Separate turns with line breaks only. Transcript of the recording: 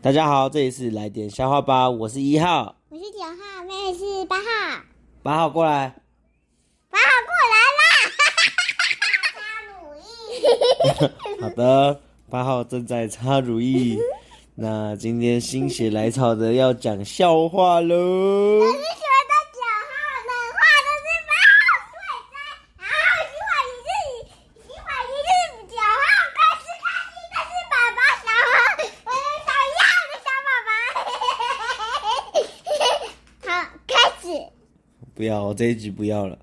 大家好，这里是来点笑话吧，我是一号，
我是九号，妹是八号，
八号过来。
八号过来啦！哈哈哈哈哈！鲁毅，
好的，八号正在擦乳液。那今天心血来潮的要讲笑话喽。
我是学的九号，的话都是八号最在，然后喜欢一是喜欢一是九号，但是开心的是宝宝小号，我也想要的小宝宝。好，开始。
不要，我这一集不要了。